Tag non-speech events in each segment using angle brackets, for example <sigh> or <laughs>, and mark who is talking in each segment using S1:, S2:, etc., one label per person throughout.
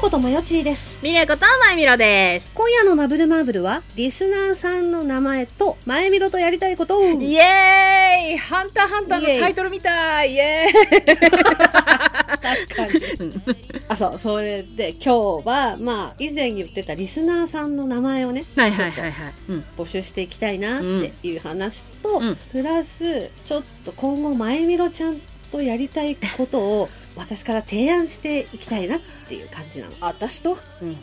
S1: こともよちーです。
S2: ミレコとマイミロです。
S1: 今夜のマブルマーブルは、リスナーさんの名前と、前見ろとやりたいことを、
S2: イエーイハンターハンターの
S1: イエーイ
S2: タイトルみたいイエ
S1: 確かに。
S2: ーイ
S1: あ、そう、それで、今日は、まあ、以前言ってたリスナーさんの名前をね、
S2: はいはいはいはい。うん。
S1: 募集していきたいなっていう話と、
S2: うん
S1: プラス、ちょっと今後、前見ろちゃんとやりたいことを、私から提案していきたいなっていう感じなの。
S2: 私とうん。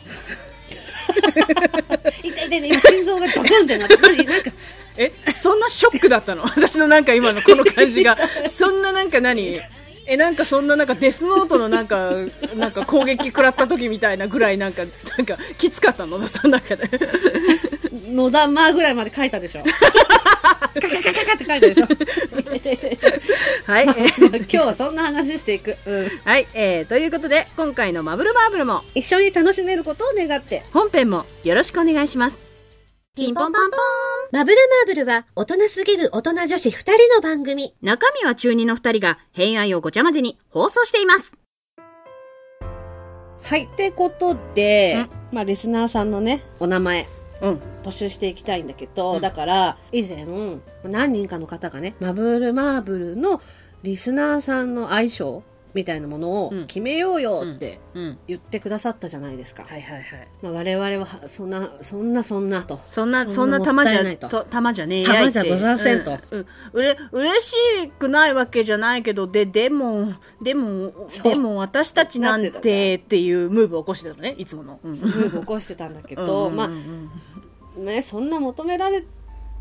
S1: 痛い痛い痛い、今心臓がドクンってなって、何なんか、
S2: え、そんなショックだったの私のなんか今のこの感じが。そんななんか何え、なんかそんななんかデスノートのなんか、なんか攻撃食らった時みたいなぐらいなんか、なんかきつかったのその中で。
S1: 野田間ぐらいまで書いたでしょ。カカカカカって書いたでしょ。
S2: は
S1: <laughs>
S2: い。
S1: 今日はそんな話していく。うん
S2: はい、えー、ということで、今回のマブルバーブルも、
S1: 一緒に楽しめることを願って。
S2: 本編もよろしくお願いします。
S3: ピンポンパンポン
S4: マブルマーブルは大人すぎる大人女子二人の番組。
S2: 中身は中二の二人が偏愛をごちゃ混ぜに放送しています。
S1: はい。ってことで、まあ、リスナーさんのね、お名前、
S2: うん。
S1: 募集していきたいんだけど、
S2: うん
S1: だから、以前、何人かの方がね、マブルマーブルのリスナーさんの相性みたいなものを
S2: うん
S1: 決めようよって
S2: うん。
S1: 言ってくださったじゃないですか。
S2: はいはいはい。
S1: まあ、我々はは、そんな、そんなそんなと。
S2: そんな、そ
S1: そ
S2: ん
S1: ん
S2: な
S1: な
S2: 玉じ
S1: もったいな
S2: ゃ、
S1: いと
S2: と玉じゃねえやい
S1: 玉じゃございませんと
S2: うん、うんうれ、嬉しくないわけじゃないけど、で、でも、でも、
S1: そう
S2: でも私たちなん
S1: なって
S2: てっていうムーブを起こしてたのね、いつもの。 <laughs> うん。
S1: ムーブ起こしてたんだけど、
S2: うん
S1: まあ
S2: うん、うん
S1: ね、そんな求められ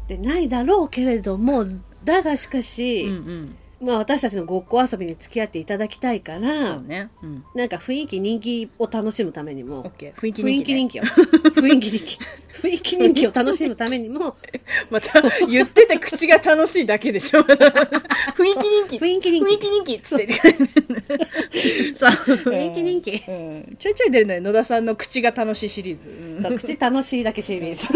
S1: てないだろうけれども、だがしか
S2: う
S1: し、
S2: ん
S1: まあ私たちのごっこ遊びに付き合っていただきたいか
S2: うん。そ
S1: ら
S2: う、ね。うん。
S1: なんか雰囲気人気を楽しむために
S2: オッ
S1: も、
S2: ケー。雰囲気
S1: 雰囲
S2: 人気
S1: 気
S2: ね、
S1: 人気を、雰囲気人気、雰
S2: <laughs>
S1: 囲気人気を楽しむためにも、
S2: また、言ってて口が楽しいだけでしょ。 <laughs> 雰囲気人気。
S1: 雰囲気人
S2: 雰
S1: 気、
S2: 囲気人気っつって。
S1: そう、 <laughs> 雰囲気人気。
S2: うん、ちょいちょい出るのよ野田さんの口が楽しいシリーズ、うん
S1: そう口楽しいだけシリーズ。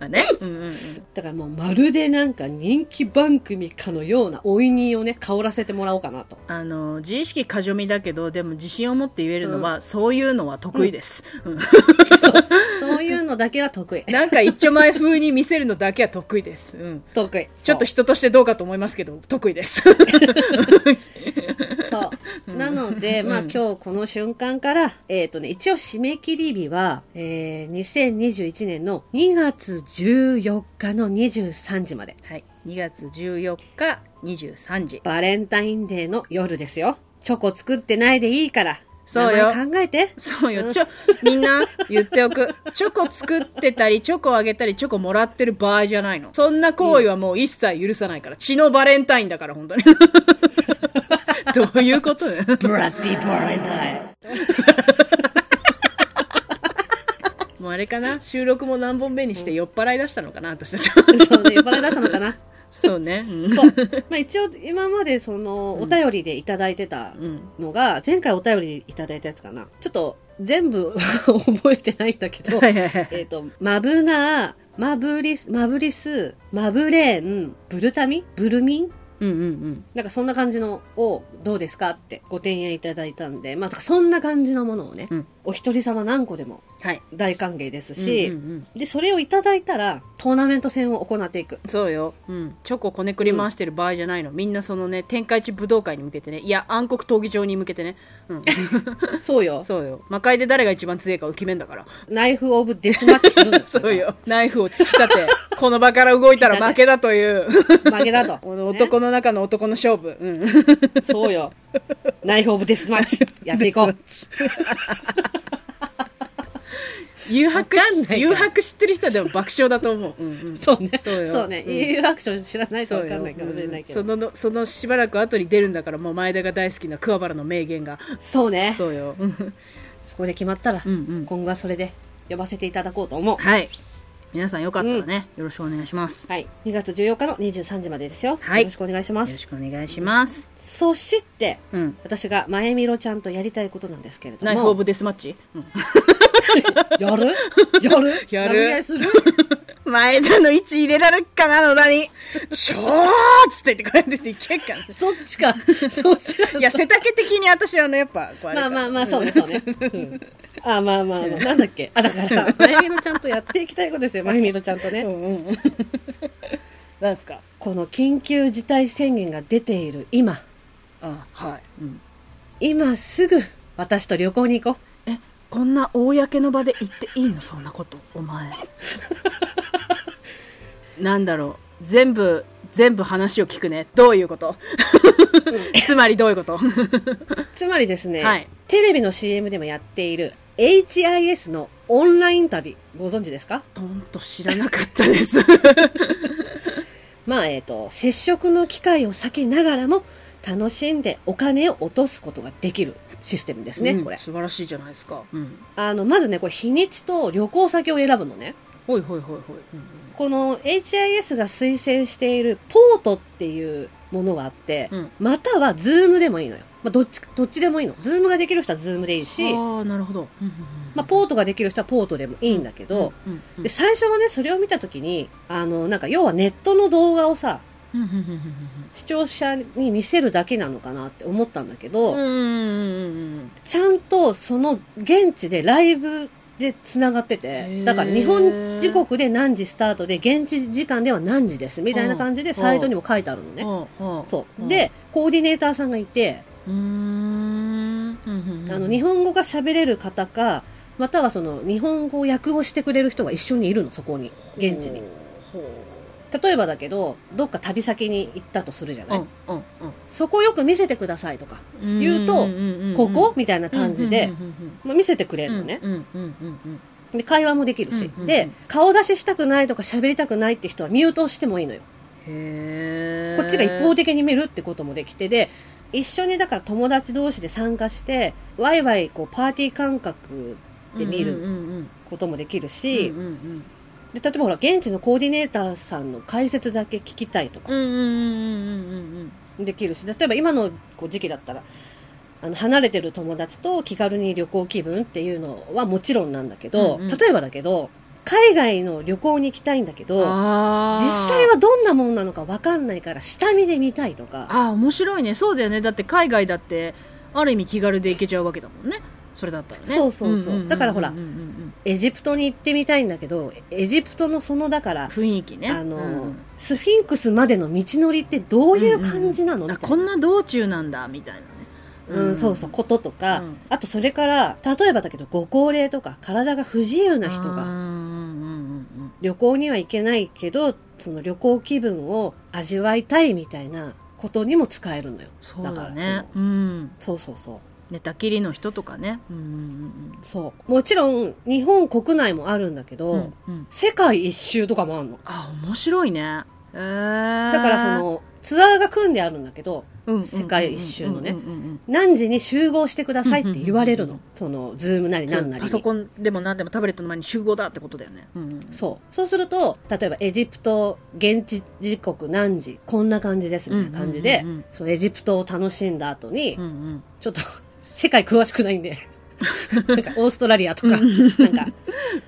S2: あね、うんうんうん、
S1: だからもうまるでなんか人気番組かのようなおいにをね、香らせてもらおうかなと。
S2: あの自意識過剰みだけどでも自信を持って言えるのは、そういうのは得意です、うん
S1: そういうのだけは
S2: <laughs>
S1: 得意。
S2: なんか一丁前風に見せるのだけは得意です、うん、
S1: 得意。
S2: ちょっと人としてどうかと思いますけど得意です
S1: そう。なので、まあ
S2: うん
S1: 今日この瞬間から、えっ、とね、一応締め切り日は、えー、2021年の2月14日の23時まで。
S2: はい2月14日23時
S1: バレンタインデーの夜ですよ。チョコ作ってないでいいから。
S2: そうよ
S1: 名前考えて。
S2: そうよちょみんな言っておくチョコ作ってたりチョコあげたりチョコもらってる場合じゃないのそんな行為はもう一切許さないから、血のバレンタインだから本当に <laughs> どういうことね
S1: ブラッディバレンタイン。
S2: もうあれかな収録も何本目にして酔っ払い出したのかな私たち
S1: そうね、呼ばれ出したのかな。
S2: <laughs>
S1: <laughs>
S2: そうねうん
S1: そう。まあ一応今までその、お便りでいただいてた
S2: うん
S1: のが、前回お便りいただいたやつかな。ちょっと全部 <laughs> 覚えてないんだけど、
S2: はいはいはい
S1: えっと、マブナー、マブリス、マブリス、マブレーン、ブルタミブルミン
S2: うんうんうん
S1: なんかそんな感じのをどうですかってご提案いただいたんで、まあ、そんな感じのものをね、
S2: うん
S1: お一人様何個でも
S2: はい
S1: 大歓迎ですし、
S2: うんうんうん
S1: で、それをいただいたら、トーナメント戦を行ってい
S2: <laughs>
S1: く。
S2: そうよ、うん、チョコこねくり回してる場合じゃないの、みんなそのね天下一武道会に向けてねいや暗黒闘技場に向けてね、 <laughs> うん、
S1: そうよ。
S2: そうよ魔界で誰が一番強いかを決めんだから
S1: ナイフオブデスマッチするんだ
S2: <laughs> そう。よ。ナイフを突き立 <laughs> て、この場から動いたら負けだという、
S1: 負けだと。
S2: この
S1: ね
S2: <laughs> 男の中の男の勝負。うん。
S1: そうよ。ナイフオブデスマッチ。やっていこう。
S2: <laughs> 誘惑
S1: わかんないか
S2: し、
S1: ら
S2: 誘惑知ってる人はでも爆笑だと思う。うんうん。
S1: そうね。
S2: そうよ
S1: そうね。
S2: うん
S1: いいアクション知らないと
S2: そう
S1: 分
S2: よ
S1: かんないかもしれないけど。
S2: うんその、そのしばらく後に出るんだから、もう前田が大好きな桑原の名言が。
S1: そうね。
S2: <laughs> そうよ。うん
S1: そこで決まったら、
S2: うんうん。
S1: 今後はそれで呼ばせていただこうと思う。
S2: <laughs> はい。皆さんよかったらね、よろしくお願いします。
S1: はい。2月14日の23時までですよ。
S2: はい
S1: よろしくお願いしま
S2: よろ
S1: す。
S2: しくお願いします。
S1: そして、
S2: うん。
S1: 私が、前みろちゃんとやりたいことなんですけれども。
S2: ナイフオブデスマッチ、うん
S1: <laughs> やるやる
S2: やる
S1: 殴り合いする
S2: <laughs> 前田の位置入れられっかな、野田に。 <laughs> ちょーっつって言ってこうやっていけっか <laughs> な。
S1: そっちか。 <laughs> そっちか。
S2: いや、背丈的に私あの、やっぱ、こうあ
S1: ま
S2: れか
S1: あまあまあ、そうね、そうね。うんあまあまあまあ、なんだっけ。あ、だから、まゆみのちゃんとやっていきたいことですよ、まゆみのちゃんと
S2: う
S1: ね。
S2: んうん <laughs> うん。なんすか
S1: この緊急事態宣言が出ている今、
S2: あはい。うん
S1: 今すぐ私と旅行に行こう。
S2: え、こんな公の場で言っていいのそんなこと。お前。なんだろう。全部、全部話を聞くね。どういうことつまりどういうこと
S1: つまりですね、
S2: はい
S1: テレビの CM でもやっている HIS のオンライン旅、ご存知ですか
S2: ほんと知らなかったです。
S1: まあ、えっ、と、接触の機会を避けながらも、楽しんでお金を落とすことができるシステムですね、
S2: うん
S1: これ。
S2: 素晴らしいじゃないですか。うん。
S1: あの、まずね、これ日にちと旅行先を選ぶのね。
S2: ほいほいほいほい。うん
S1: この HIS が推薦しているポートっていうものがあって、
S2: うん
S1: または Zoom でもいいのよ。まあ、どっち、どっちでもいいの。Zoom ができる人は Zoom でいいし、
S2: ああ、なるほど。うんうんうん
S1: まあ、ポートができる人はポートでもいいんだけど、
S2: うんうん
S1: で、最初はね、それを見たときに、あの、なんか、要はネットの動画をさ、
S2: うんうん
S1: 視聴者に見せるだけなのかなって思ったんだけ
S2: う
S1: ど、
S2: んうんうんうん
S1: ちゃんとその現地でライブで繋がってて
S2: へ、ー
S1: だから日本時刻で何時スタートで、現地時間では何時です、みたいな感じ
S2: う
S1: で
S2: ん
S1: サイトにも書いてあるのね。
S2: ね
S1: そうう。
S2: ん
S1: で、コーディネーターさんがいて、
S2: うーん
S1: あの、日本語が喋れる方か、またはその、日本語を訳をしてくれる人が一緒にいるの、そこに、現地に。
S2: ほう
S1: 例えばだけど、どっか旅先に行ったとするじゃない、
S2: うん
S1: そこをよく見せてくださいとか、
S2: うんん
S1: 言うと
S2: んんん
S1: ここみたいな感じで、
S2: うん
S1: まあ見せてくれ
S2: うん
S1: る
S2: う
S1: の
S2: ん
S1: ね。
S2: うんうんうんうん
S1: で、会話もできるし
S2: うんうんう。ん
S1: で、顔出ししたくないとか喋りたくないって人はミュートをしてもいいのよ。
S2: へえ
S1: こっちが一方的に見るってこともできて、で、一緒にだから友達同士で参加して、ワイワイこうパーティー感覚で見
S2: うん
S1: る
S2: うんうん
S1: こともできる
S2: うん
S1: し
S2: う、ん
S1: で、例えばほら、現地のコーディネーターさんの解説だけ聞きたいと
S2: うんう
S1: か
S2: んうんうんうん
S1: できるし、例えば今のこう時期だったら、あの、離れてる友達と気軽に旅行気分っていうのはもちろんなんだけど、
S2: うんうん
S1: 例えばだけど、海外の旅行に行きたいんだけど、
S2: あー
S1: 実際はどんなものなのか分かんないから下見で見たいとか
S2: ああ面白いねそうだよねだって海外だってある意味気軽で行けちゃうわけだもんねそれだったらね
S1: そうそうそうん
S2: んんんん
S1: だからほら
S2: うんうんうん
S1: エジプトに行ってみたいんだけどエジプトのそのだから、
S2: 雰囲気ね
S1: あの
S2: うん
S1: スフィンクスまでの道のりってどういう感じなの、
S2: あ
S1: みたい
S2: こ
S1: な。
S2: んな道中なんだみたいなね
S1: うん、そうそう、こととか、
S2: うん
S1: あとそれから、例えばだけど、ご高齢とか、体が不自由な人
S2: うん
S1: が、
S2: うんうんうん
S1: 旅行には行けないけど、その旅行気分を味わいたいみたいなことにも使えるのよ。
S2: そうだ
S1: だから
S2: ねうん
S1: そうそうそう。
S2: 寝たきりの人とかねうんうん
S1: そう。もちろん、日本国内もあるんだけど、
S2: うんうんうんうん
S1: 世界一周とかもあるの。
S2: あ面白いねえー、
S1: だからその、ツアーが組んであるんだけど、
S2: うんうんうんうん
S1: 世界一周のね
S2: うんうんうん
S1: 何時に集合してくださいって言われる
S2: うん
S1: の。その、ズームなり
S2: そ
S1: なんなり
S2: うパ
S1: に。
S2: ソコンでも何でもタブレットの前に集合だってことだよね、うんうん、
S1: そう。そうすると、例えばエジプト、現地時刻何時、こんな感じですみたいな感じで
S2: うんうんうんうん、
S1: そのエジプトを楽しんだ後に
S2: う、んうん
S1: ちょっと、世界詳しくないんで、なんかオーストラリアとか、なんか、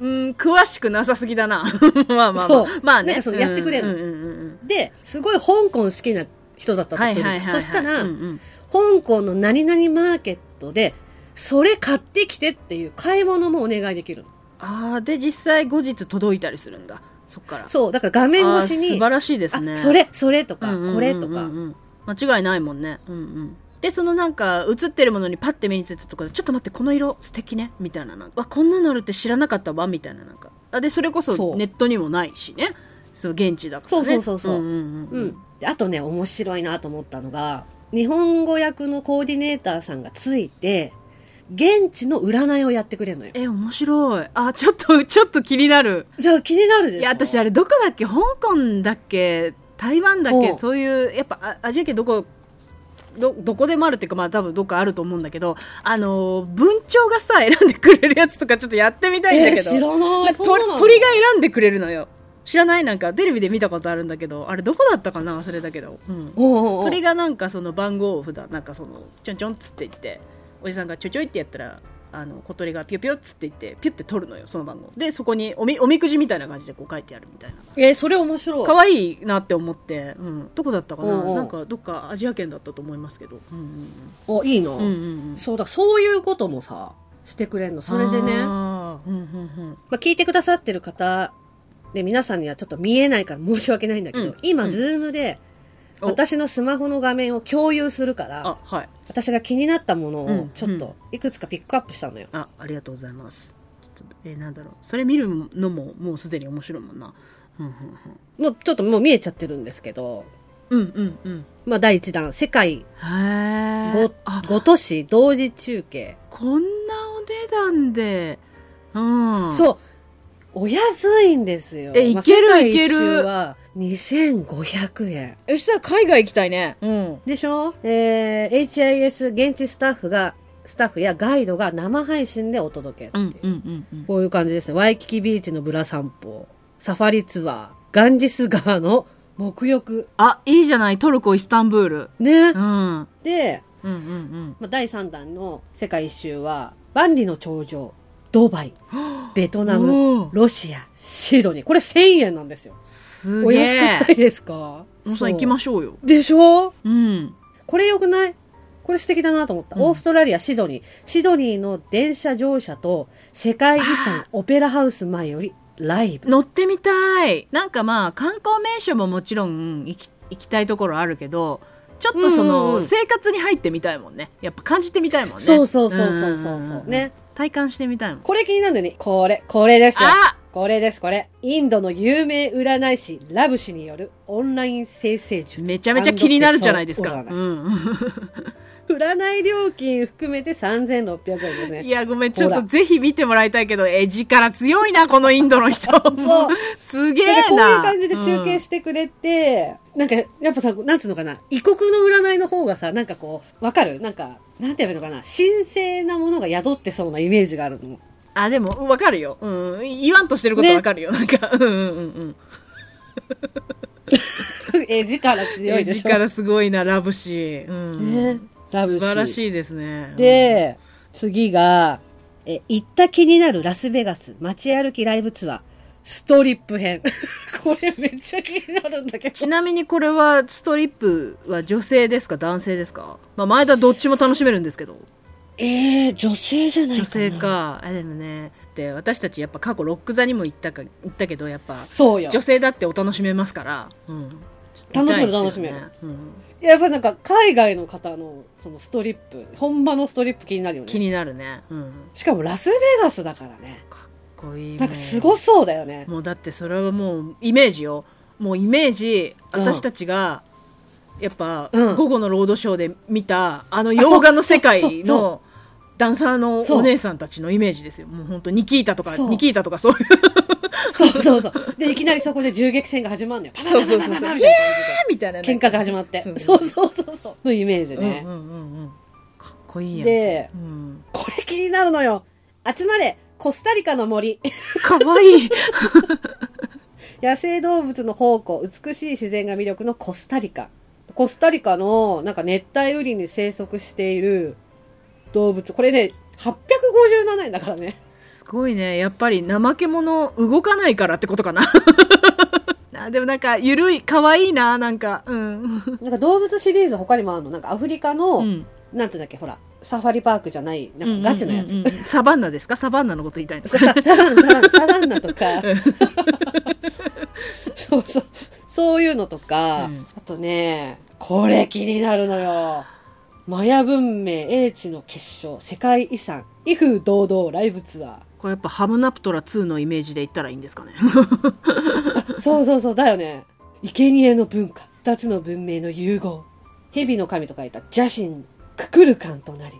S2: うん、詳しくなさすぎだな。 <laughs> まあまあま
S1: そ
S2: あ
S1: う。
S2: まあね。
S1: なんかそのやってくれる
S2: うんうんうんうん
S1: で、すごい香港好きな人だったと
S2: は
S1: す
S2: い
S1: るじ
S2: は
S1: ゃ
S2: い
S1: ん
S2: はい。
S1: そしたら
S2: うんう、ん
S1: 香港の何々マーケットで、それ買ってきてっていう買い物もお願いできるの。
S2: ああ、で、実際後日届いたりするんだ。そっから。
S1: そう、だから画面
S2: あー
S1: 越しに、
S2: 素晴らしいですね。
S1: あ、それ、それとか、
S2: うんうんうんうん、
S1: これとか。
S2: 間違いないもんね。うんうん。で、そのなんか、映ってるものにパッて目についたところで、ちょっと待って、この色素敵ね。みたいな。なんかわ、こんなのあるって知らなかったわ。みたいな。なんか。あで、それこ
S1: そ
S2: そうネットにもないしね。そう、現地だからね。
S1: そうそうそうそう
S2: うん
S1: う
S2: うんうん
S1: ん。であとね、面白いなと思ったのが、日本語訳のコーディネーターさんがついて、現地の占いをやってくれるのよ。
S2: え、面白い。あ、ちょっと、ちょっと気になる。
S1: じゃあ気になるでしょ
S2: いや、私あれどこだっけ香港だっけ台湾だっ
S1: お
S2: け
S1: う
S2: そういう、やっぱあアジア系どこ、ど、どこでもあるっていうか、まあ多分どっかあると思うんだけど、あのー、文鳥がさ、選んでくれるやつとかちょっとやってみたいんだけど。
S1: えー知らない
S2: なんか
S1: そうなの
S2: 鳥鳥が選んでくれるのよ。知らないなんかテレビで見たことあるんだけど、あれどこだったかな忘れたけど。うん。
S1: おうおうおう
S2: 鳥がなんかその番号を札なんかそのちょんちょんっつって言っておじさんがちょちょいってやったらあの小鳥がピュピュっつって言ってピュって取るのよその番号でそこにおみおみくじみたいな感じでこう書いてあるみたいな
S1: えーそれ面白い。
S2: 可愛いなって思って、うん、どこだったかな、
S1: うんうん
S2: なんかどっかアジア圏だったと思いますけど、うん
S1: お、いいの、
S2: うんうん、うんうんうん
S1: そうだ、そういうこともさ、してくれんの。それでね、ま
S2: あーうんうん
S1: あ、聞いてくださってる方で皆さんにはちょっと見えないから申し訳ないんだけど、
S2: うんう
S1: 今、
S2: ん
S1: ズームで、
S2: お
S1: 私のスマホの画面を共有するか
S2: うん、あ
S1: ら、
S2: はい
S1: 私が気になったもの
S2: う
S1: を
S2: ん
S1: ちょっ
S2: うん
S1: といくつかピックアップしたのよ。
S2: あありがとうございますちょっとえーなんだろうそれ見るのももうすでに面白いもんなうんうん
S1: もうちょっともう見えちゃってるんですけど、
S2: うんうんうんうん
S1: まあ第1弾、世界
S2: へえ
S1: 5,
S2: あ
S1: 5都市同時中継。
S2: こんなお値段でうんう
S1: そう。お安いんですよ。
S2: え
S1: まあ
S2: いける
S1: 世界
S2: いける
S1: 一周は2500円。
S2: 吉田海外行きたいねうん
S1: でしょえー、HIS 現地スタッフが、スタッフやガイドが生配信でお届けって
S2: う
S1: い
S2: んうんうんうん
S1: こういう感じですね。ワイキキビーチのブラ散歩、サファリツアー、ガンジス川の沐浴。
S2: あいいじゃないトルコイスタンブール
S1: ね
S2: う。んうん
S1: で、
S2: うんうん
S1: まあ、第3弾の世界一周は、万里の長城、ドバイ、ベトナム、
S2: おー
S1: ロシア、シドニー。これ1000円なんですよ。
S2: す
S1: お
S2: げ
S1: 安く
S2: え
S1: ないですか
S2: もうさん行きま
S1: し
S2: しょうよ
S1: ょう。でしょ
S2: うん
S1: これ良くないこれ素敵だなと思った。
S2: うん
S1: オーストラリア、シドニー。シドニーの電車乗車と世界遺産オペラハウス前よりライブ。
S2: 乗ってみたいなんかまあ観光名所ももちろん行き行きたいところあるけどちょっとそ
S1: うんうんう
S2: の
S1: ん
S2: 生活に入ってみたいもんねやっぱ感じてみたいもんね
S1: そうそうそうそうそうそう。
S2: ん
S1: ね。
S2: 体感してみたいもん
S1: これ気になるのに、これ、これですよ。
S2: あ
S1: これです、これ。インドの有名占い師、ラブ氏によるオンライン生成術。
S2: めちゃめちゃ気になるじゃないですか、
S1: 占い
S2: うん、
S1: 占い料金含めて3600円ですね
S2: い。やごめんちょっ
S1: ほ
S2: と
S1: ら
S2: ぜひ見てもらいたいけど絵力強いなこのインドの人
S1: う
S2: <laughs> すげえ
S1: なん
S2: な
S1: かこういう感じで中継してくれて、なんかやっぱさ、なんつうのかな、異国の占いの方がさ、なんかこう、わかるなんか、なんて言えばいいのかな、神聖なものが宿ってそうなイメージがあるの。 <laughs>
S2: あ、でも、わかるよ。うん。言わんとしてることわかるよ。なんか、うんうんうん
S1: え、力
S2: うん。
S1: 強いでしょ。
S2: 力すごいな、ラブシー。うん。
S1: ねラブシー
S2: 素晴らしいですね。
S1: で、次が、え、行った気になるラスベガス街歩きライブツアー、ストリップ編。 <laughs> これめっちゃ気になるんだけど
S2: うん、ち。なみにこれは、ストリップは女性ですか男性ですかまあ、前田どっちも楽しめるんですけど。
S1: えー、女性じゃないか
S2: 女
S1: な。
S2: 性。か。あ、でもね。で、私たちやっぱ過去ロック座にも行ったか、行ったけど、やっぱ、
S1: そうよ。
S2: 女性だってお楽しめますから。うん。
S1: 楽しめる楽しめる。やっぱなんか海外の方のそのストリップ、本場のストリップ気になるよ
S2: 気
S1: ね。
S2: になるね。うん。
S1: しかもラスベガスだからね。
S2: かっこいい。
S1: なんかすごそうだよね。
S2: もうだってそれはもうイメージよもうイメージ
S1: うん
S2: 私たちがやっぱ、
S1: うん
S2: 午後のロードショーで見たあの洋画の世
S1: そうそ
S2: 界
S1: うそう
S2: のダンサーの
S1: そう
S2: お姉さんたちのイメージですよもう本当ニキータとか
S1: そう
S2: ニキータとかそういう
S1: そうそうそう。で、いきなりそこで銃撃戦が始まるのよ。パタ
S2: そうそうそう <laughs> そう
S1: みたいな
S2: みたい
S1: 喧
S2: な
S1: 嘩が始まって。
S2: そう
S1: そうそうそうそう。のイメージ
S2: うんうん
S1: ね。
S2: うんうんかっこいいやん
S1: で
S2: うん、
S1: これ気になるのよ。集まれコスタリカの森。 <laughs>
S2: かわいい
S1: 野生動物の宝庫、美しい自然が魅力のコスタリカ。コスタリカの、なんか熱帯雨林に生息している動物。これね、857円だからね。
S2: すごいねやっぱり怠け者動かないからってこと
S1: <laughs>
S2: かなあでもなんかゆるいかわいいななんかうん、
S1: なんか動物シリーズ他にもあるの。なんかアフリカの、
S2: うん
S1: なんていうんだっけ、ほら、サファリパークじゃない、なんかガチのやつ。
S2: うんうんうんうんサバンナですかサバンナのこと言いたいんです
S1: さ
S2: か
S1: さサバンナ、サバンナ、サバンナとか、 <laughs> そうそう、そういうのとか、
S2: うん
S1: あとね、これ気になるのよ。マヤ文明英知の結晶、世界遺産、威風堂々ライブツア
S2: これやっぱハムナプトラ2のイメージで言ったらいいんで
S1: <laughs>
S2: すかね
S1: ー。そうそうそう、だよね。生贄の文化、二つの文明の融合。蛇の神と書いた邪神、ククルカンとなり、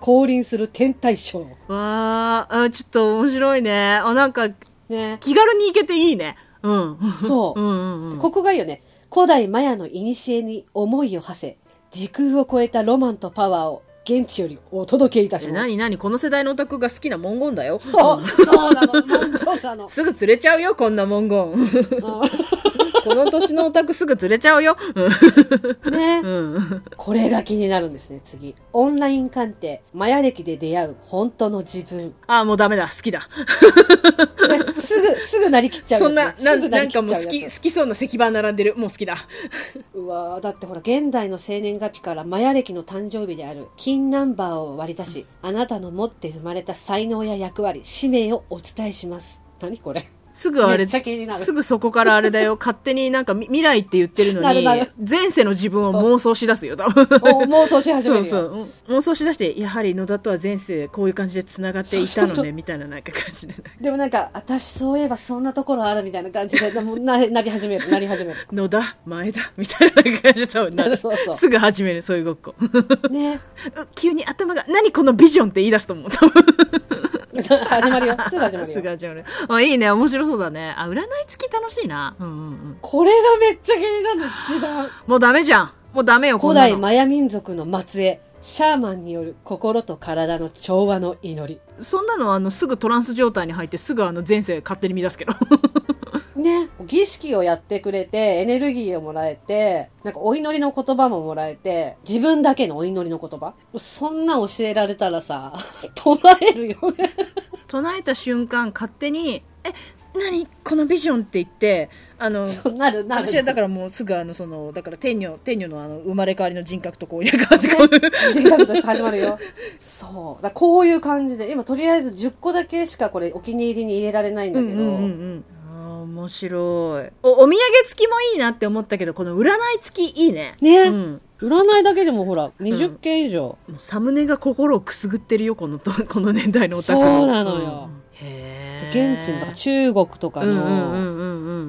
S1: 降臨する天体ショー。
S2: わーあちょっと面白いねあなんか
S1: ね。
S2: 気軽に行けていいねうん
S1: そう
S2: うんうんうん
S1: ここがいいよね。古代マヤの古に思いを馳せ、時空を超えたロマンとパワーを現地よりお届けいたし
S2: え
S1: ます。
S2: 何何この世代のオタクが好きな文言だよ <laughs>
S1: そう、そうなの、本当なの。
S2: すぐ釣れちゃうよこんな文言
S1: う
S2: <laughs>
S1: ん
S2: この年のオタクすぐずれちゃうよ。
S1: ね
S2: うん。うん。
S1: これが気になるんですね、次。オンライン鑑定、マヤ歴で出会う本当の自分。
S2: ああ、もうダメだ。好きだ。
S1: ねす
S2: <laughs>
S1: ぐ、すぐなりきっちゃう
S2: そ
S1: や
S2: ん
S1: つ
S2: な、な
S1: すぐ
S2: んな
S1: り
S2: ん
S1: きっちゃ
S2: か
S1: う
S2: もう
S1: やつ
S2: 好き、好きそうな石板並んでる。もう好きだ。
S1: うわーだってほら現代の生年月日からマヤ歴の誕生日である金ナンバーを割り出しあなたの持って生まれた才能や役割使命をお伝えします何これ
S2: すぐあ
S1: め
S2: れ、
S1: っちゃ気になる
S2: すぐそこからあ
S1: <laughs>
S2: れだよ。勝手になんかみ未来って言ってるの
S1: なる
S2: に
S1: なる、
S2: 前世の自分を妄想しだすよ、多分。
S1: お
S2: <laughs>
S1: 妄想し始
S2: そ
S1: め
S2: う
S1: るよ
S2: そう。妄想しだして、やはり野田とは前世こういう感じで繋がっていた
S1: そう
S2: の
S1: そうそ
S2: ね、みたいななんか感じで。
S1: でもなんか私そういえばそんなところあるみたいな感じでなもうななり始め <laughs> るなり始める
S2: 野田、前田、みたいな感じで多分なる。
S1: そうそう
S2: すぐ始める、そういうごっこ。 <laughs>
S1: ね
S2: 急に頭が、何このビジョンって言い出すと思う。多分
S1: 始まるよすぐ始まる
S2: すぐ
S1: よ
S2: 始まる。あ、いいね。面白そうだね。あ、占い付き楽しいな。うんうんうん。
S1: これがめっちゃ気になる一番
S2: もうダメじゃん。もうダメよ、こ
S1: 古
S2: んな
S1: 代
S2: の。
S1: マヤ民族の末裔シャーマンによる心と体の調和の祈り
S2: そんなの、あの、すぐトランス状態に入って、すぐあの、前世勝手に乱す
S1: <laughs>
S2: けど。
S1: ね、儀式をやってくれて、エネルギーをもらえて、なんかお祈りの言葉ももらえて、自分だけのお祈りの言葉そんな教えられたらさ、 <laughs> 唱えるよね。
S2: 唱えた瞬間、勝手に、え、何このビジョンって言って、あ
S1: <laughs>
S2: の、
S1: そうなるなる。
S2: 私はだからもうすぐあの、その、だから天女、天女のあの、生まれ変わりの人格とこう入れ替わってこ
S1: <laughs>
S2: う。
S1: 人格として始まるよ。そう。だからこういう感じで、今とりあえず10個だけしかこれお気に入りに入れられないんだけど、
S2: んあー面白いおお土産付きもいいなって思ったけどこの占い付きいいね
S1: ね
S2: うん、も
S1: 占いだけでもほら、20件以上。
S2: うサムネが心をくすぐってるよこのと <laughs> この年代のオタク
S1: そうなのよ、
S2: うんへえ
S1: 現地の、だから中国とかの
S2: い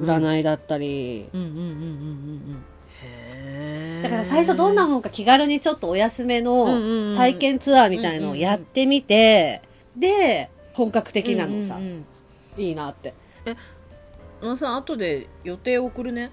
S1: 占いだったり、
S2: うんうんうんうんうんへえ
S1: だから最初どんなもんか気軽にちょっとお安めの体験ツアーみたいのをやってみて、で、本格的なのさ、
S2: うんうんうん
S1: いいなって。
S2: 野田さん後で予定送るね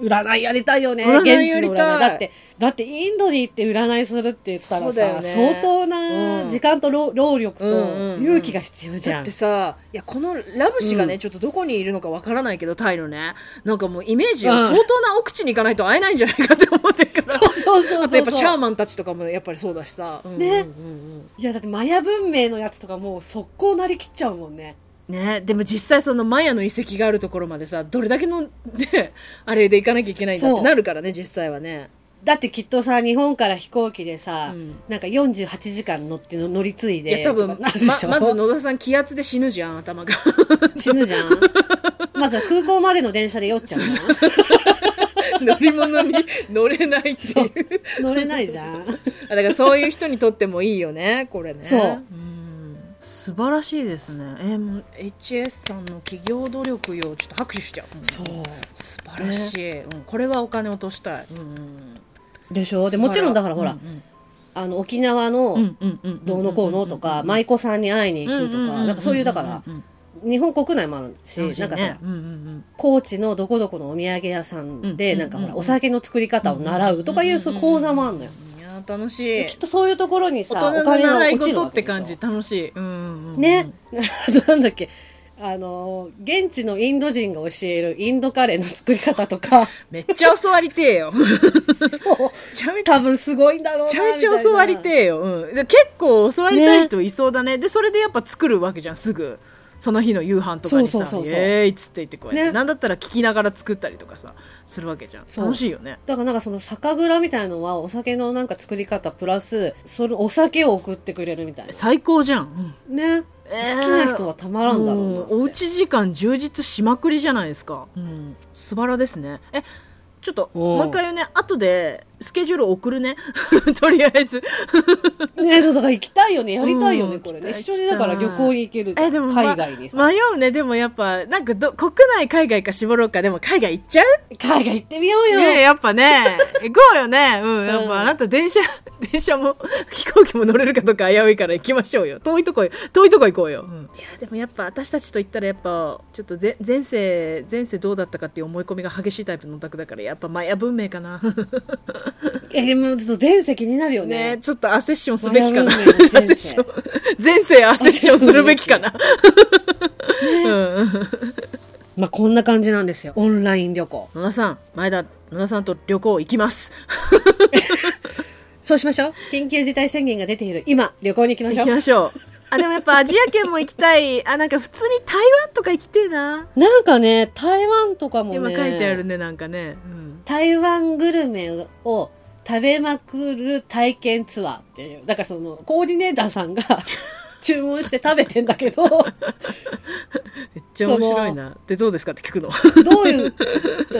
S1: 占いやりたいよね、
S2: 占
S1: 現
S2: いや
S1: 地
S2: り
S1: の占い。
S2: たい
S1: だって、だってインドに行って占いするって言ったら
S2: そう
S1: さ、
S2: だよね
S1: 相当な時間と労,、労力
S2: うんうん
S1: と
S2: うん
S1: 勇気が必要じゃん。
S2: だってさいやこのラブ氏がね、
S1: うん
S2: ちょっとどこにいるのかわからないけどタイのねなんかもうイメージを
S1: うん
S2: 相当な奥地に行かないと会えないんじゃないかって思ってるから、
S1: そうそうそうそう。
S2: あとやっぱシャーマンたちとかもやっぱりそうだしさ、うんうんうんうん
S1: いやだってマヤ文明のやつとかもう速攻なりきっちゃうもんね。
S2: ねでも実際そのマヤの遺跡があるところまでさどれだけのねあれで行かなきゃいけないんだっ
S1: そ
S2: て
S1: う
S2: なるからね実際はね、
S1: だってきっとさ、日本から飛行機で
S2: う
S1: さ、
S2: ん
S1: なんか48時間乗っての乗り継い
S2: い
S1: で。
S2: や多分
S1: と
S2: ま
S1: かなるでしょ
S2: まず野田さん気圧で死ぬじゃん頭
S1: <laughs>
S2: が
S1: 死ぬじ <laughs> ゃん。まずは空港までの電車で酔っちゃうじゃ
S2: 乗り物に乗れないってい
S1: そう
S2: う
S1: ん。乗れないじゃん。
S2: あだからそういう人にとってもいいよね、これね。。
S1: そうん
S2: 素晴らしいですね。えーもう HS さんの企業努力よ、ちょっと拍手しちゃう。
S1: そ
S2: うん。
S1: う。
S2: 素晴らしい、うん。これはお金落としたい。うんうん
S1: でし
S2: う
S1: ょ
S2: ん。
S1: で、もちろんだから
S2: 素
S1: ほら
S2: 晴い、
S1: あの、沖縄
S2: うんう
S1: の、
S2: んうんうん。
S1: どうのこうのとか、舞妓さんに会いに行くとか、なんかそういう、だから
S2: う、んうん
S1: 日本国内もあるし、
S2: うんうん、
S1: なんかほら
S2: ね、うんうん
S1: 高知のどこどこのお土産屋さん
S2: う
S1: で、
S2: ん
S1: なんかほ
S2: うん
S1: ら、お酒の作り方を習うとかいう、そういう講座もあるのよ。
S2: うん。いやー、楽しい。
S1: きっとそういうところに
S2: 大
S1: さ、
S2: 人
S1: お
S2: の
S1: 金が
S2: 習い
S1: 落ちる
S2: 事
S1: わ
S2: っ
S1: け
S2: て
S1: でしょ
S2: 感じ、楽しい。うんうんうん。
S1: ね。。あと <laughs> なんだっけ。あのー、現地のインド人が教えるインドカレーの作り方と <laughs> か、
S2: めっちゃ教わりてえ
S1: <laughs>
S2: よ。め
S1: もう
S2: ちゃめちゃ
S1: 多分すごいんだろうな。
S2: めちゃめちゃ
S1: みたいな
S2: 教わりてえよ、うん、で結構教わりたい人いそうだねでそれでやっぱ作るわけじゃんすぐその日の夕飯とかにさ
S1: そうそうそうそう
S2: イエーイっつって言ってこうやっ
S1: ね
S2: て、なんだったら聞きながら作ったりとかさするわけじゃん
S1: そう
S2: 楽しいよね
S1: だからなんかその酒蔵みたいのはお酒のなんか作り方プラス、そのお酒を送ってくれるみたいな。
S2: 最高じゃん、
S1: ね。
S2: えー
S1: 好きな人はたまらんだろうな
S2: も
S1: って。
S2: うおうち時間充実しまくりじゃないですか、うん、素晴らですねえちょっと
S1: おう
S2: もう一回よね後でスケジュール送るね <laughs> とりあえず
S1: ねそうだから行きたいよね、やりたいよね、
S2: うん
S1: これね。
S2: 行きた
S1: 一
S2: い
S1: 緒にだから旅行に行けるじゃん
S2: えでもま
S1: 海外にさ、
S2: 迷うねでもやっぱなんかど国内海外か絞ろうかでも海外行っちゃう
S1: 海外行ってみようよ。
S2: ねえ、やっぱ <laughs> ね、行こうよね。うん、やっ
S1: うん
S2: ぱあなた電車、 <laughs> 電車も飛行機も乗れるかどうか危ういから行きましょうよ。遠いとこ、遠いとこ行こうよ。いや、でもやっぱ私たちと行ったらやっぱ、ちょっとぜ前世、前世どうだったかっていう思い込みが激しいタイプのオタクだから、やっぱマヤ文明かな。
S1: えーもうちょっと前世気になるよ
S2: <laughs> ね
S1: ね。
S2: え、ちょっとアセッションすべきかな。
S1: マヤ
S2: ア
S1: 文明の前世
S2: セッション。前世アセッションするべきかな。うん
S1: まあ、こんな感じなんですよ。オンライン旅行。
S2: <laughs> 野田さん、前田、野田さんと旅行行きます。
S1: そうしましょう。緊急事態宣言が出ている今、旅行に行きましょ
S2: 行き
S1: う。
S2: ましょう。あ、でもやっぱアジア圏も行きたい。あ、なんか普通に台湾とか行きてえな。
S1: なんかね、台湾とかもね、
S2: 今書いてあるね、なんかね。うん
S1: 台湾グルメを食べまくる体験ツアーっていう。だからその、コーディネーターさ
S2: <laughs>
S1: んが注文して食べてんだけど、
S2: めっちゃ面白いな。で、どうですかって聞くの。
S1: どういう、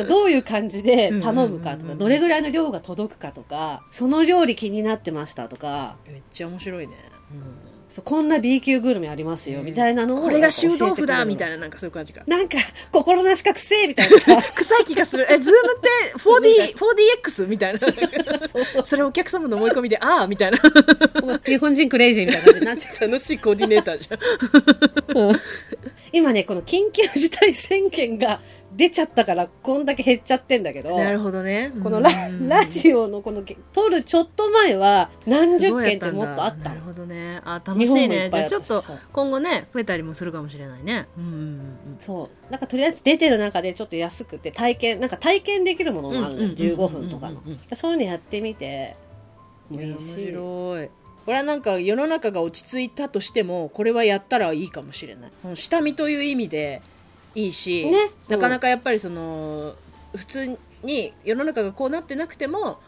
S1: どういう感じで頼むか
S2: うんうん
S1: と
S2: うんう
S1: か、
S2: ん
S1: どれぐらいの量が届くかとか、その料理気になってましたとか、
S2: <laughs> めっちゃ面白いね。
S1: そうこんな B 級グルメありますよ、みたいなのを。
S2: これが臭豆腐だみたいな、
S1: な。
S2: なんかそういう感じか。
S1: なんか、心なしかくせえみたいなさ。
S2: <laughs> 臭い気がする。え、ズーム <laughs> って 4D、4DX? みたいな。 <laughs> それお客様の思い込みで、ああみたいな。
S1: 日本人クレイジーみたいな感じになっちゃう。
S2: 楽しいコーディネーターじゃん。
S1: 今ね、この緊急事態宣言が出ちゃったから、こんだけ減っちゃってんだけど、
S2: <laughs> なるほどね。
S1: このラ <laughs>
S2: うん
S1: ラジオのこの、撮るちょっと前は、何
S2: す
S1: 十
S2: ごいや
S1: 件って
S2: んだ
S1: もっとあった
S2: なる
S1: の。
S2: ほどね。あ、楽
S1: 日
S2: し
S1: 本
S2: い
S1: もい
S2: ね。
S1: っ
S2: じ
S1: ぱい
S2: ゃ
S1: あ
S2: あ
S1: った
S2: ちょっと
S1: そう
S2: 今後ね、増えたりもするかもしれないね。うんうんうん
S1: そう。なんかとりあえず出てる中でちょっと安くて体験、なんか体験できるもの
S2: うん。
S1: もあるの、15分とかの
S2: うん。うんうん
S1: そういうのやってみてもいい
S2: いや
S1: し。
S2: 面白いこれはなんか世の中が落ち着いたとしてもこれはやったらいいかもしれないこの下見という意味でいいし、
S1: ね
S2: なかなかやっぱりその普通に世の中がこうなってなくても、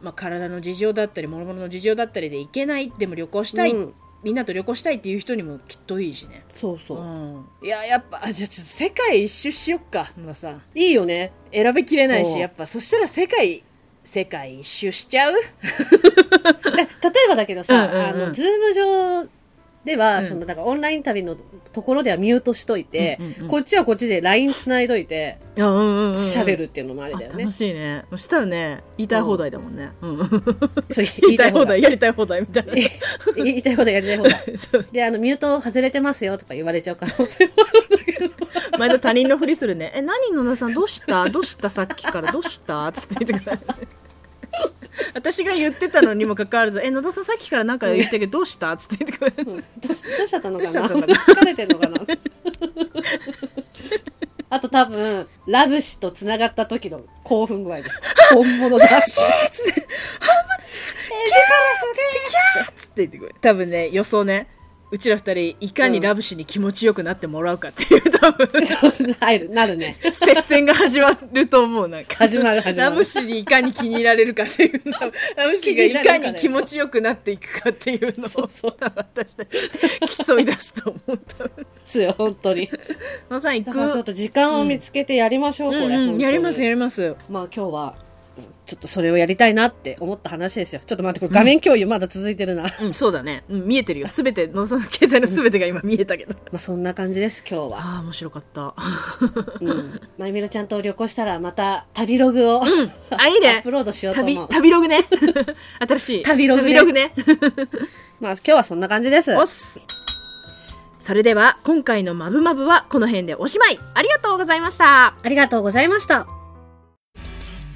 S2: まあ、体の事情だったり諸々の事情だったりで行けないでも旅行したい、
S1: うん
S2: みんなと旅行したいっていう人にもきっといいしね
S1: そうそうう。
S2: んいややっぱあじゃあちょっと世界一周しよっか野田さん
S1: いいよ
S2: <laughs>
S1: ね。
S2: 選べきれない
S1: お
S2: し
S1: う
S2: やっぱそしたら世界世界一周しちゃう
S1: だ例えばだけどさ、
S2: うんうんうん
S1: あの、ズーム上では、
S2: うん
S1: その、なんかオンライン旅のところではミュートしといて、
S2: うんうんうん
S1: こっちはこっちで LINE 繋いどいて、
S2: 喋、うんうんうん
S1: 喋るっていうのもあれ
S2: あ
S1: だよね
S2: 楽。しいねそしたらね言いたい放題だもんね、うん
S1: そう、
S2: <laughs> 言いたい放題やりたい放題みたいな
S1: <laughs> 言いたい放題やりたい放題。
S2: <laughs> そう
S1: で、あの、ミュート外れてますよとか言われちゃう可能性も。
S2: 毎度他人のふりするね「え何野田さんどうしたどうしたさっきからどうした?」っつって言ってくる私が言ってたのにもかかわらず「え野田さんさっきからなんか言ってたけどどうした?」っつって言ってくる
S1: うんどうしどうしちゃったのか
S2: どうしちゃ
S1: な
S2: ったのかな
S1: 疲れてんのかなあと多分、ラブ氏と繋がった時の興奮具合で。本物だ。し
S2: つって言ってくる多分ね予想ねうちら二人いかにラブ氏に気持ちよくなってもらうかっていう多分
S1: そう、入る、なるね。
S2: 接戦が始まると思うなんか
S1: 始まる始まる
S2: ラブ氏にいかに気に入られるかっていうの <laughs> ラブ氏がいかに気持ちよくなっていくかっていうのを
S1: そうそう
S2: 私たち競い出すと思う多分
S1: すよ、本当に。
S2: 野田さん行
S1: だ
S2: く
S1: からちょっと時間を見つけてやりましょう、
S2: う
S1: これ。
S2: んうん、やりますや
S1: よ。
S2: ります
S1: まあ今日は、ちょっとそれをやりたいなって思った話ですよ。ちょっと待って、これ画面共有まだ続いてるな。ま
S2: うんそうだね、うん、見えてるよすべて野田さんの携帯のすべてが今見えたけど
S1: あそんな感じです、今日は。
S2: ああ面白か <laughs> った
S1: うん。まゆみろちゃんと旅行したらまた旅ログを、
S2: あいい
S1: アッ
S2: ね
S1: プロードしようと
S2: 旅
S1: 思う。
S2: 旅ログね <laughs> 新しい
S1: 旅ログね
S2: 旅ログね
S1: まあ今日はそんな感じです。
S2: おっすそれでは今回の「まぶまぶ」はこの辺でおしまいありがとうございました
S1: ありがとうございました。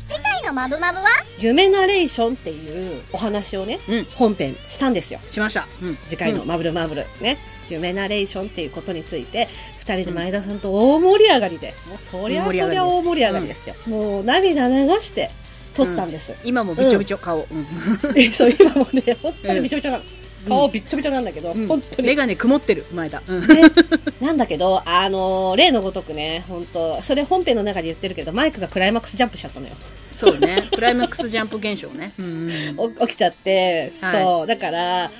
S3: 次回のマブマブは
S1: 夢ナレーションっていうお話をね、
S2: うん
S1: 本編したんですよ。
S2: しました、うん、
S1: 次回の
S2: う
S1: マブルマブルね。夢ナレーションっていうことについて、二人で前田さんと大盛り上がりで、もうそりゃそりゃ大盛り上がりですよ。もう涙流して撮ったんです。
S2: 今もびちょびちょ顔、うん
S1: <laughs> そう、今もね、本当にびちょびちょなの。顔びっちょびちょなんだけど、
S2: <laughs> うん
S1: 本当に
S2: メ。ガネ曇ってる前田、うん
S1: なんだけど、あの例のごとくね、本当それ本編の中で言ってるけど、マイクがクライマックスジャンプしちゃったのよ。
S2: <laughs> そうねクライマックスジャンプ現象ね、うん
S1: お起きちゃって、
S2: はい
S1: そう、だから、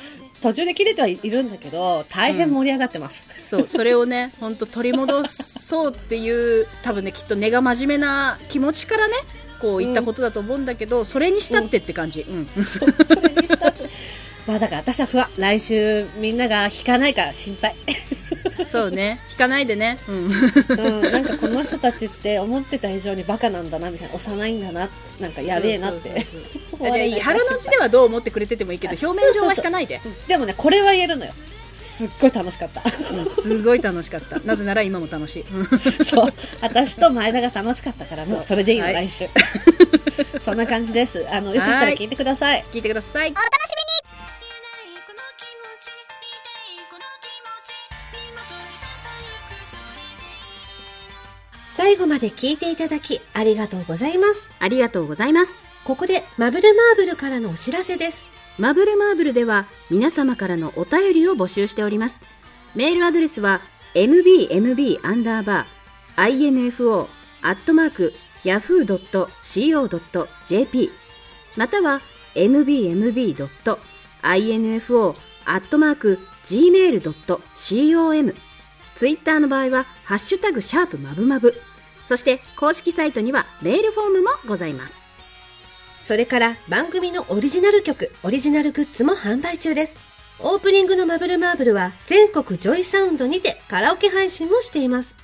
S1: 途中で切れてはいるんだけど、大変盛り上がってます。
S2: そうそれをね本当取り戻そうっていう多分ねきっと根が真面目な気持ちからねこう言ったことだと思うんだけど、それにしたってって感じ、うん、
S1: それにしたってまあだから私は不安。来週みんなが弾かないから心配。
S2: <laughs> そうね引かないでね、うん、
S1: うん、なんかこの人たちって思ってた以上にバカなんだな、みたいな。幼いんだな、なんかやべえなって。
S2: そうそうそ
S1: <laughs> 思
S2: うあ
S1: わ
S2: じゃあ
S1: れ
S2: い
S1: ないいから
S2: 腹の内ではどう思ってくれててもいい
S1: <laughs>
S2: けど表面上は引かないで
S1: 心配でもね、これは言えるのよ。すっごい楽しかった。
S2: うんすごい楽しかったなぜなら今も楽しい、
S1: <laughs> そう。私と前田が楽しかったから、もうそれでいいの、
S2: はい
S1: 来週。 <laughs> そんな感じです。あの、よかったら聞いてください。
S2: <laughs> 聞いてください
S3: この気持ちいていいこの気持ち今と支えくそれ
S1: 最
S3: でいいの
S1: 後まで聞いていただきありがとうございます。
S5: ありがとうございます。
S1: ここでマブルマーブルからのお知らせです。
S5: マブルマーブルでは皆様からのお便りを募集しております。メールアドレスは mbmb-info-yahoo.co.jp または mbmb.info-gmail.com ツイッターの場合はハッシュタグシャープマブマブそして公式サイトにはメールフォームもございます。
S1: それから番組のオリジナル曲、オリジナルグッズも販売中です。オープニングのマブルマーブルは全国ジョイサウンドにてカラオケ配信もしています。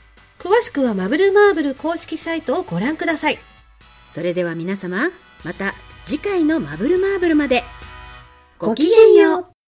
S1: 詳しくはマブルマーブル公式サイトをご覧ください。
S5: それでは皆様また次回の「マブルマーブル」まで
S1: ごきげんよう。